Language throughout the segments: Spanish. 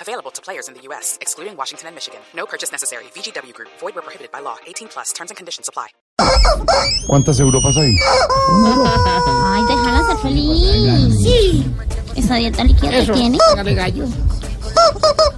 Available to players in the U.S., excluding Washington and Michigan. No purchase necessary. VGW Group, void were prohibited by law. 18 plus terms and conditions apply. ¿Cuántas Europas hay? Ay, déjala pues, ser feliz. Sí. Esa dieta líquida que tiene. Dale gallo.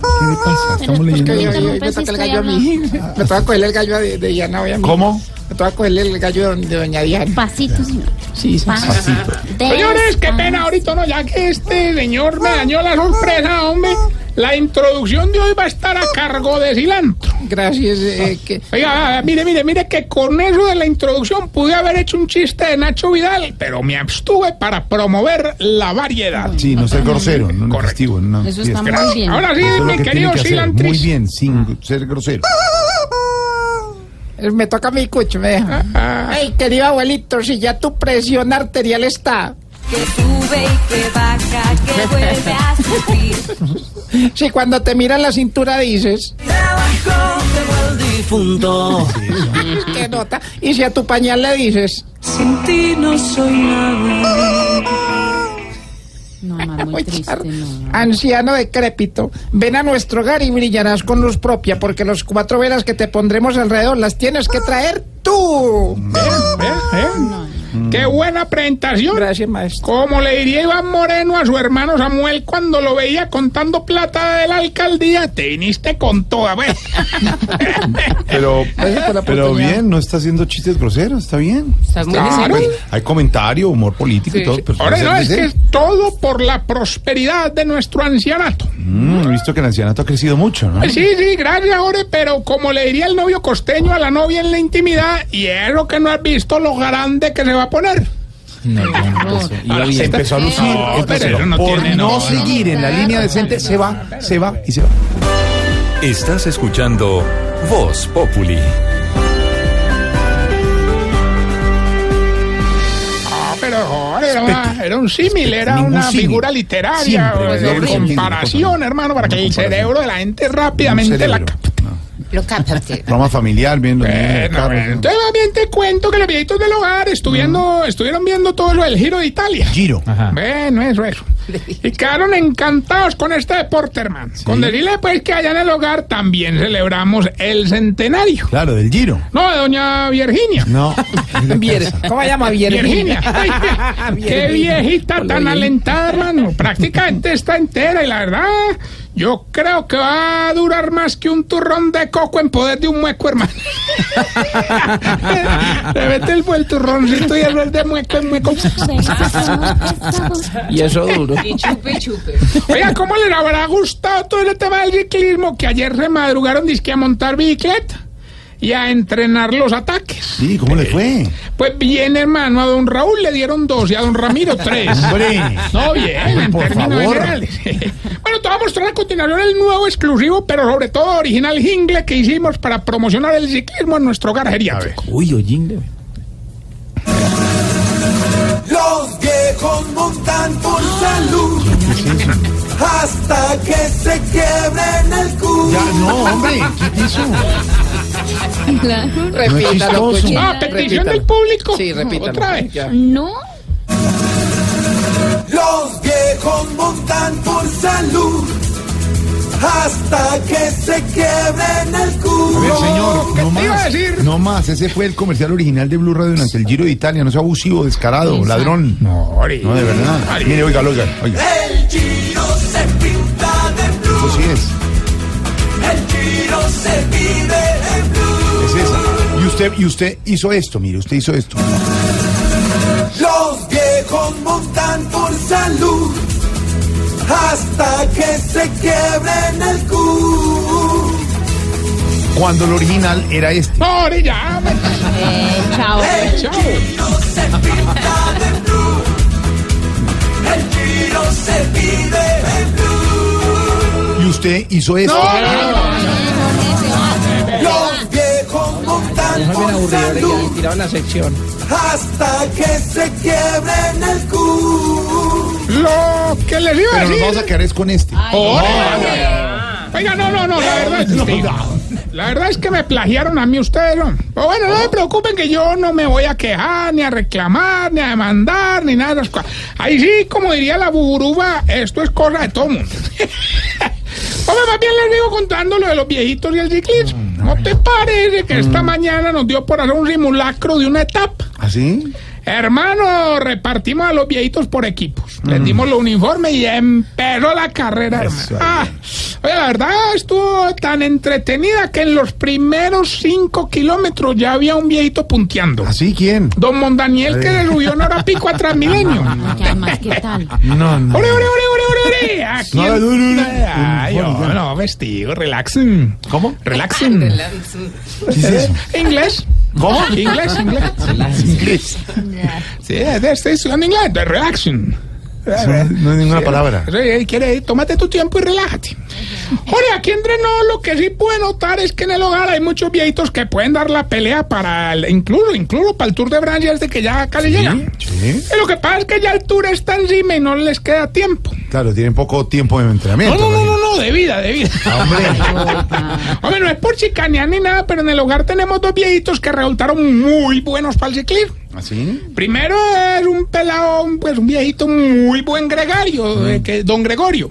¿Qué le pasa? Estamos leyendo. Yo, Nunca yo, me yo saqué el estoy gallo a mí. Me toca cogerle el gallo de, de Diana hoy a mí. ¿Cómo? Me toca cogerle el gallo de, de doña Diana. Pasito, señor. Sí, sí, sí. Pasito. Señores, qué pena ahorita no, ya que este señor me dañó la sorpresa, hombre. La introducción de hoy va a estar a cargo de cilantro. Gracias. que... Oiga, ah, mire, mire, mire que con eso de la introducción pude haber hecho un chiste de Nacho Vidal, pero me abstuve para promover la variedad. Sí, no ser grosero, no no Correcto. festivo, no. Eso está fiesta. muy bien. Ahora sí, Eso es lo mi que tiene querido que hacer. cilantro. Muy bien, sin ser grosero. Eh, Me toca mi cucho, me deja. Ay, querido abuelito, si ya tu presión arterial está. que sube y que baja, que vuelve a subir. Si cuando te miran la cintura dices Trabajo como el difunto. que nota, y si a tu pañal le dices, Sin ti no soy nada. No, mamá, Ah, muy Muy triste, charro. no. anciano decrépito, ven a nuestro hogar y brillarás con luz propia, porque los cuatro velas que te pondremos alrededor las tienes que traer tú. Qué buena presentación. Gracias, maestro. Como le diría Iván Moreno a su hermano Samuel cuando lo veía contando plata de la alcaldía, te viniste con toda, vez. Pero, Gracias por la pero oportunidad. bien, no está haciendo chistes groseros, está bien. Está muy Claro. Pues, hay comentario, humor político y Pues, todo. Pero Ahora no, ser es que decente. es todo por la prosperidad de nuestro ancianato. Mm, he visto que el ancianato ha crecido mucho, ¿no? Ay, Sí, sí, gracias, Ore, pero como le diría el novio costeño a la novia en la intimidad, y es lo que no has visto lo grande que se va a poner. Ahora se empezó a lucir. No, empezó pero eso no por tiene, no, no, no, seguir en la línea decente, se va, se va y se va. Estás escuchando Voz Populi. Ah, pero Ore, era, una- era un símil, era ningún una símil. figura literaria, eh, Siempre va a ser de un símil, comparación, no. hermano, para que el comparación. cerebro de la gente Un rápidamente la cerebro. capte. No. Lo captaste. Programa familiar, viendo. Bueno, Eh, bueno, Eh, entonces más bien te cuento que los viejitos del hogar Mm. estuvieron, estuvieron viendo todo lo del Giro de Italia. Giro. Ah. Bueno, eso, eso. Y quedaron encantados con este deporte, hermano. Con decirle, pues, que allá en el hogar también celebramos el centenario. Claro, del Giro. No, de doña Virginia. No. Vier- ¿Cómo se llama? Virginia. Virginia. Ay, qué viejita tan alentada, hermano. Prácticamente está entera y la verdad, yo creo que va a durar más que un turrón de coco en poder de un mueco, hermano. Le mete el, el turroncito y el rol de mueco en mueco. Y eso duro. Oiga, ¿cómo les habrá gustado todo el tema del ciclismo que ayer se madrugaron disque a montar bicicleta y a entrenar los ataques? Sí, ¿cómo le fue? Pues bien, hermano, a don Raúl le dieron dos y a don Ramiro tres. Hombre. No, bien, en Por términos favor. generales. Bueno, te voy a mostrar a continuación el nuevo exclusivo, pero sobre todo original jingle que hicimos para promocionar el ciclismo en nuestro hogar geriátrico. Uy, oye. Los viejos montan por salud hasta que se quiebren el culo. Ya, no, hombre, ¿qué hizo? Claro. Repítalo. chistoso. cucho. Ah, petición Repítalo. del público. Sí, repítalo. Otra vez. Ya. No. Ah, Los viejos montan por salud hasta que se quiebren el A culo. ver, señor, no te iba a más. decir? No más, ese fue el comercial original de Blue Radio durante el Giro de Italia. No sea abusivo, descarado, ladrón. No, Ori. de verdad. Ori. Mire, oiga, oiga, oiga. El giro se pinta de Eso blue. sí es. El giro se vive en blue. Es esa. Y usted, y usted hizo esto, mire, usted hizo esto. Los viejos montan por salud hasta que se quiebren el culo. Cuando el original era este. No, Ori, ya. Chao. El Chao. giro se pinta de blue. El giro se vive en blue. Y usted hizo esto. Los viejos montan Vivirán Eso es bien por aburrido, le salud quedan tirado la sección. hasta que se quiebren el cu. Lo que les iba a Pero nos decir. vamos a quedar es con este. Oiga, no, no, no, la verdad, la verdad es que me plagiaron a mí ustedes, ¿no? Pero bueno, no se preocupen que yo no me voy a quejar, ni a reclamar, ni a demandar, ni nada de esas cosas. Ahí sí, como diría la buburuba, esto es cosa de todo mundo. Hombre, más bien les digo contando lo de los viejitos y el ciclismo. ¿No te parece que esta mañana nos dio por hacer un simulacro de una etapa? ¿Así? Hermano, repartimos a los viejitos por equipos. Les dimos los uniformes y empezó la carrera, Mm. Eso hermano. Ah, oye, la verdad estuvo tan entretenida que en los primeros cinco kilómetros ya había un viejito punteando. ¿Así ¿Ah, quién? Don Mondaniel que le subió en hora pico a Transmilenio. Que además, ¿qué tal? No, no. ¡Ore, ore, ore, ore, ore, ore! Aquí No, en- no, no, no. Ay, oh, no, vestido, relaxen. ¿Cómo? Relaxen. ¿Qué es eso? ¿Inglés? ¿Cómo? Inglés, inglés. Inglés. Sí, estoy estudiando inglés. de Relaxen. Eso no es- no es ninguna palabra. Eso, eh, quiere, tómate tu tiempo y relájate. Jorge, aquí entre no, lo que sí puede notar es que en el hogar hay muchos viejitos que pueden dar la pelea para el, incluso, incluso para el Tour de Francia desde que ya casi llegan. Sí. Y lo que pasa es que ya el Tour está encima y no les queda tiempo. Claro, tienen poco tiempo de No, entrenamiento. no, no, ¿no? no, no, de vida, de vida. Hombre, no es por chicanear ni nada, pero en el hogar tenemos dos viejitos que resultaron muy buenos para el ciclismo. ¿Ah, ¿Así? Primero es un pelado, pues un viejito muy buen gregario, eh, que don Gregorio.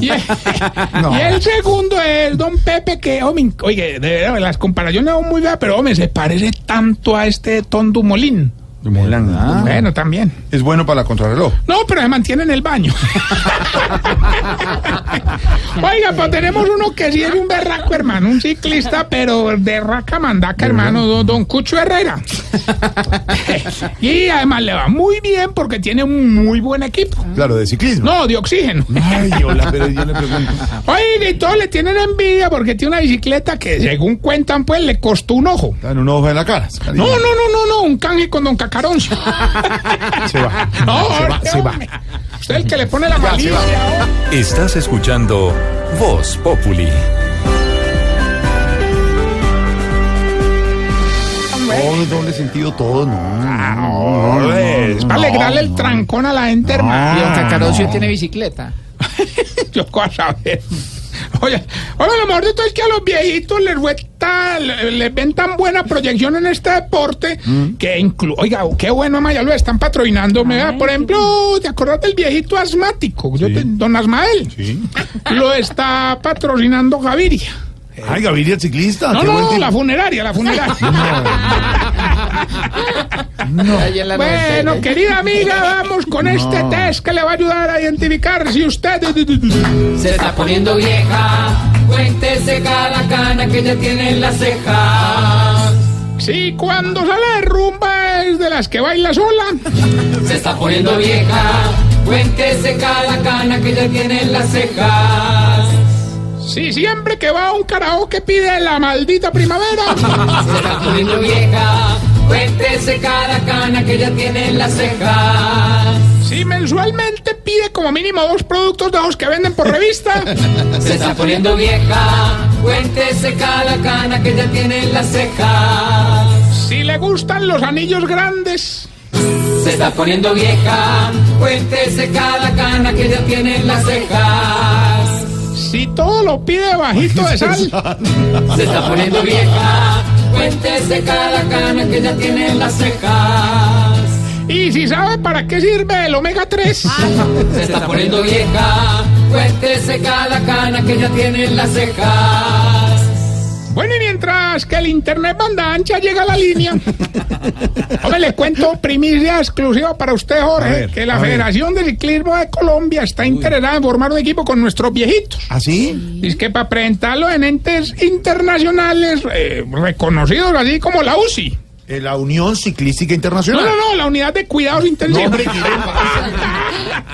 Y el, Mm. No. y el segundo es don Pepe, que, hombre, oye, de verdad, las comparaciones son muy feas, pero, hombre, se parece tanto a este Tondo Molín. Ah. Bueno, también. Es bueno para la contrarreloj. No, pero se mantiene en el baño. Oiga, pues tenemos uno que sí es un berraco, hermano, un ciclista, pero de raca mandaca, hermano, don, don Cucho Herrera. y además le va muy bien porque tiene un muy buen equipo. Claro, de ciclismo. No, de oxígeno. Ay, hola, pero yo le pregunto. Oiga, y todos le tienen envidia porque tiene una bicicleta que, según cuentan, pues le costó un ojo. Dan un ojo en la cara. No, no, no, no, no, un canje con don Cacaroncio. Se va. se No, va, hombre, se va. hombre. Usted es el que le pone la malicia. Estás escuchando Voz Populi. Todo doble sentido, todo. Ah, No. Ah. Es para alegrarle el trancón a la gente, hermano. Y don Cacarocio tiene bicicleta. Yo cómo a saber. Oye, oye, lo mejor de todo es que a los viejitos les, fue tan- le- les ven tan buena proyección en este deporte Mm. que inclu oiga, qué bueno, Maya, lo están patrocinando. me da. Por ejemplo, ¿te acuerdas del viejito asmático? Yo te- don Asmael. Sí. Lo está patrocinando Gaviria. Ay, Gaviria, el ciclista. No, Ah, qué buen no, no, tipo. la funeraria, la funeraria. Ahí en la bueno, querida amiga, vamos con este test que le va a ayudar a identificar si usted... Se está poniendo vieja. Cuéntese cada cana que ya tiene en las cejas. Si cuando sale de rumba es de las que baila sola. Se está poniendo vieja. Cuéntese cada cana que ya tiene en las cejas. Si siempre que va a un karaoke pide la maldita primavera. Se está poniendo vieja. Cuéntese cada cana que ya tiene en las cejas. Si mensualmente pide como mínimo dos productos de los que venden por revista. Se está poniendo vieja. Cuéntese cada cana que ya tiene en las cejas. Si le gustan los anillos grandes. Se está poniendo vieja, cuéntese cada cana que ya tiene en las cejas. Si todo lo pide bajito de sal. Se está poniendo vieja, cuéntese cada cana que ya tiene en las cejas. Y si sabe para qué sirve el omega 3. Se está poniendo vieja, cuéntese cada cana que ya tiene en las cejas. Bueno, y mientras que el internet banda ancha llega a la línea. Hombre, le cuento primicia exclusiva para usted, A Jorge, ver, que la a ver. Federación de Ciclismo de Colombia está interesada en formar un equipo con nuestros viejitos. ¿Ah, sí? Dice que para presentarlo en entes internacionales eh, reconocidos, así como la UCI. Eh, La Unión Ciclística No, Internacional. no, no, la unidad de cuidados No, intensivos. hombre, ¿qué le pasa?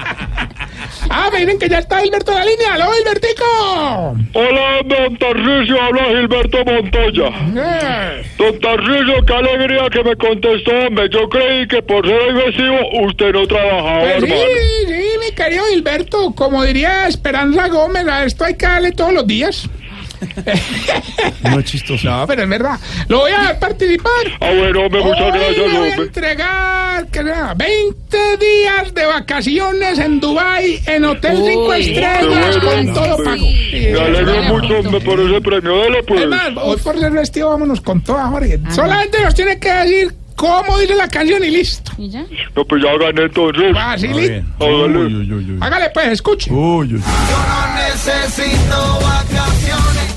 ah, miren que ya está Gilberto en la línea. ¡Aló, Gilbertico! Hola, don Tarricio, habla Gilberto Montoya. Eh, Don Tarricio, qué alegría que me contestó, hombre. Yo creí que por ser hoy festivo usted no trabajaba, pues sí, hermano. sí, mi querido Gilberto, como diría Esperanza Gómez, a esto hay que darle todos los días. No es chistoso. No, pero es verdad. Lo voy a dejar participar. Ah, bueno, hombre, muchas Hoy gracias, le voy a hombre. entregar que nada, 20 días de vacaciones en Dubai en Hotel 5 Uy, Estrellas qué bueno, con todo hombre. pago. Eh, Me alegro Dale, mucho, Jorgito. hombre, por ese premio. Dale, pues. es más, hoy por ser vestido, vámonos con todo, Jorge. Solamente nos tiene que decir cómo dice la canción y listo. ¿Y ya? No, pues ya gané entonces. Ah, Facilito. Hágale. Uy, uy, uy, uy. Hágale pues, escuche. Uy, uy. Necesito vacaciones.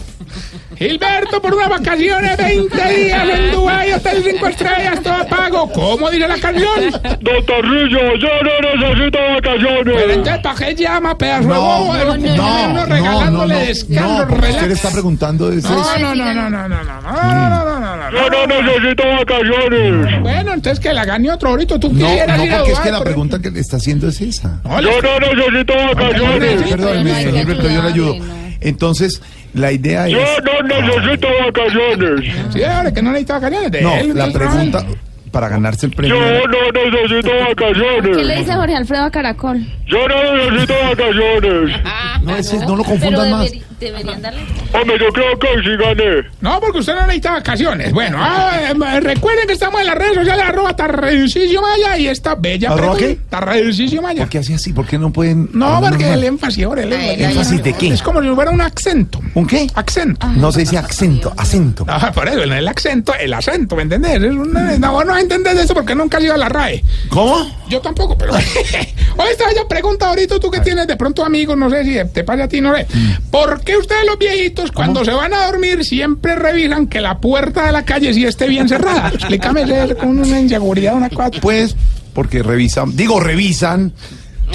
Gilberto por unas vacaciones, 20 días en Dubai, Hotel 5 Estrellas, todo pago. ¿Cómo dice la canción? Doctor Rillo, yo no necesito Pero vacaciones. entonces, ¿para qué llama, pedazo de bobo? No, no, regalándole descanso, porque usted le relax. está preguntando es eso. No, no, no, no, no, no, no, no, no, no, no, no. Yo no necesito vacaciones. Bueno, entonces que la gane otro ahorita. Tú No, quisieras no, ir a porque es que Dubái, la pero- pregunta que le está haciendo es esa. No, Yo le- no necesito vacaciones. Sí, Perdóneme, pero hay que Gilberto, yo le ayudo. ayudarle, ¿no? Entonces, la idea es... Yo no necesito vacaciones. Sí, ahora que no necesitaba ganar. de No, él, la entonces, pregunta para ganarse el premio. Yo no necesito ¿Qué le vacaciones. dice Jorge Alfredo a Caracol? Yo no necesito vacaciones. No, ese- no lo confundan más. deberi- deberían darle. Hombre, yo creo que sí gané. No, porque usted no necesita vacaciones. Bueno, ah, eh, recuerden que estamos en las redes sociales, arroba Tarreducicio Maya y esta bella ¿Arroba pregunta. Tarreducicio Maya. ¿Por qué así así? ¿Por qué no pueden...? No, hablar porque normal? el énfasis, ahora el énfasis. ¿Énfasis de qué? Es como si fuera un acento. ¿Un qué? Acento. No se dice acento, acento. Ah, por eso, el acento, el acento, ¿me entendés? Es una- no, vos no entendés eso porque nunca has ido a la RAE. ¿Cómo? Yo tampoco, pero. Oye, estaba yo pregunta ahorita, tú que tienes de pronto amigos, no sé si te pasa a ti, no sé. ¿Por qué ustedes los viejitos, cuando se van a dormir, siempre revisan que la puerta de la calle sí esté bien cerrada? Explícame eso con una inseguridad, una cosa. Pues porque revisan, digo revisan,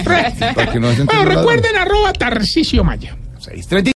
Re- para que no se bueno, entienda la- recuerden, arroba Tarcisio Maya. 6:30.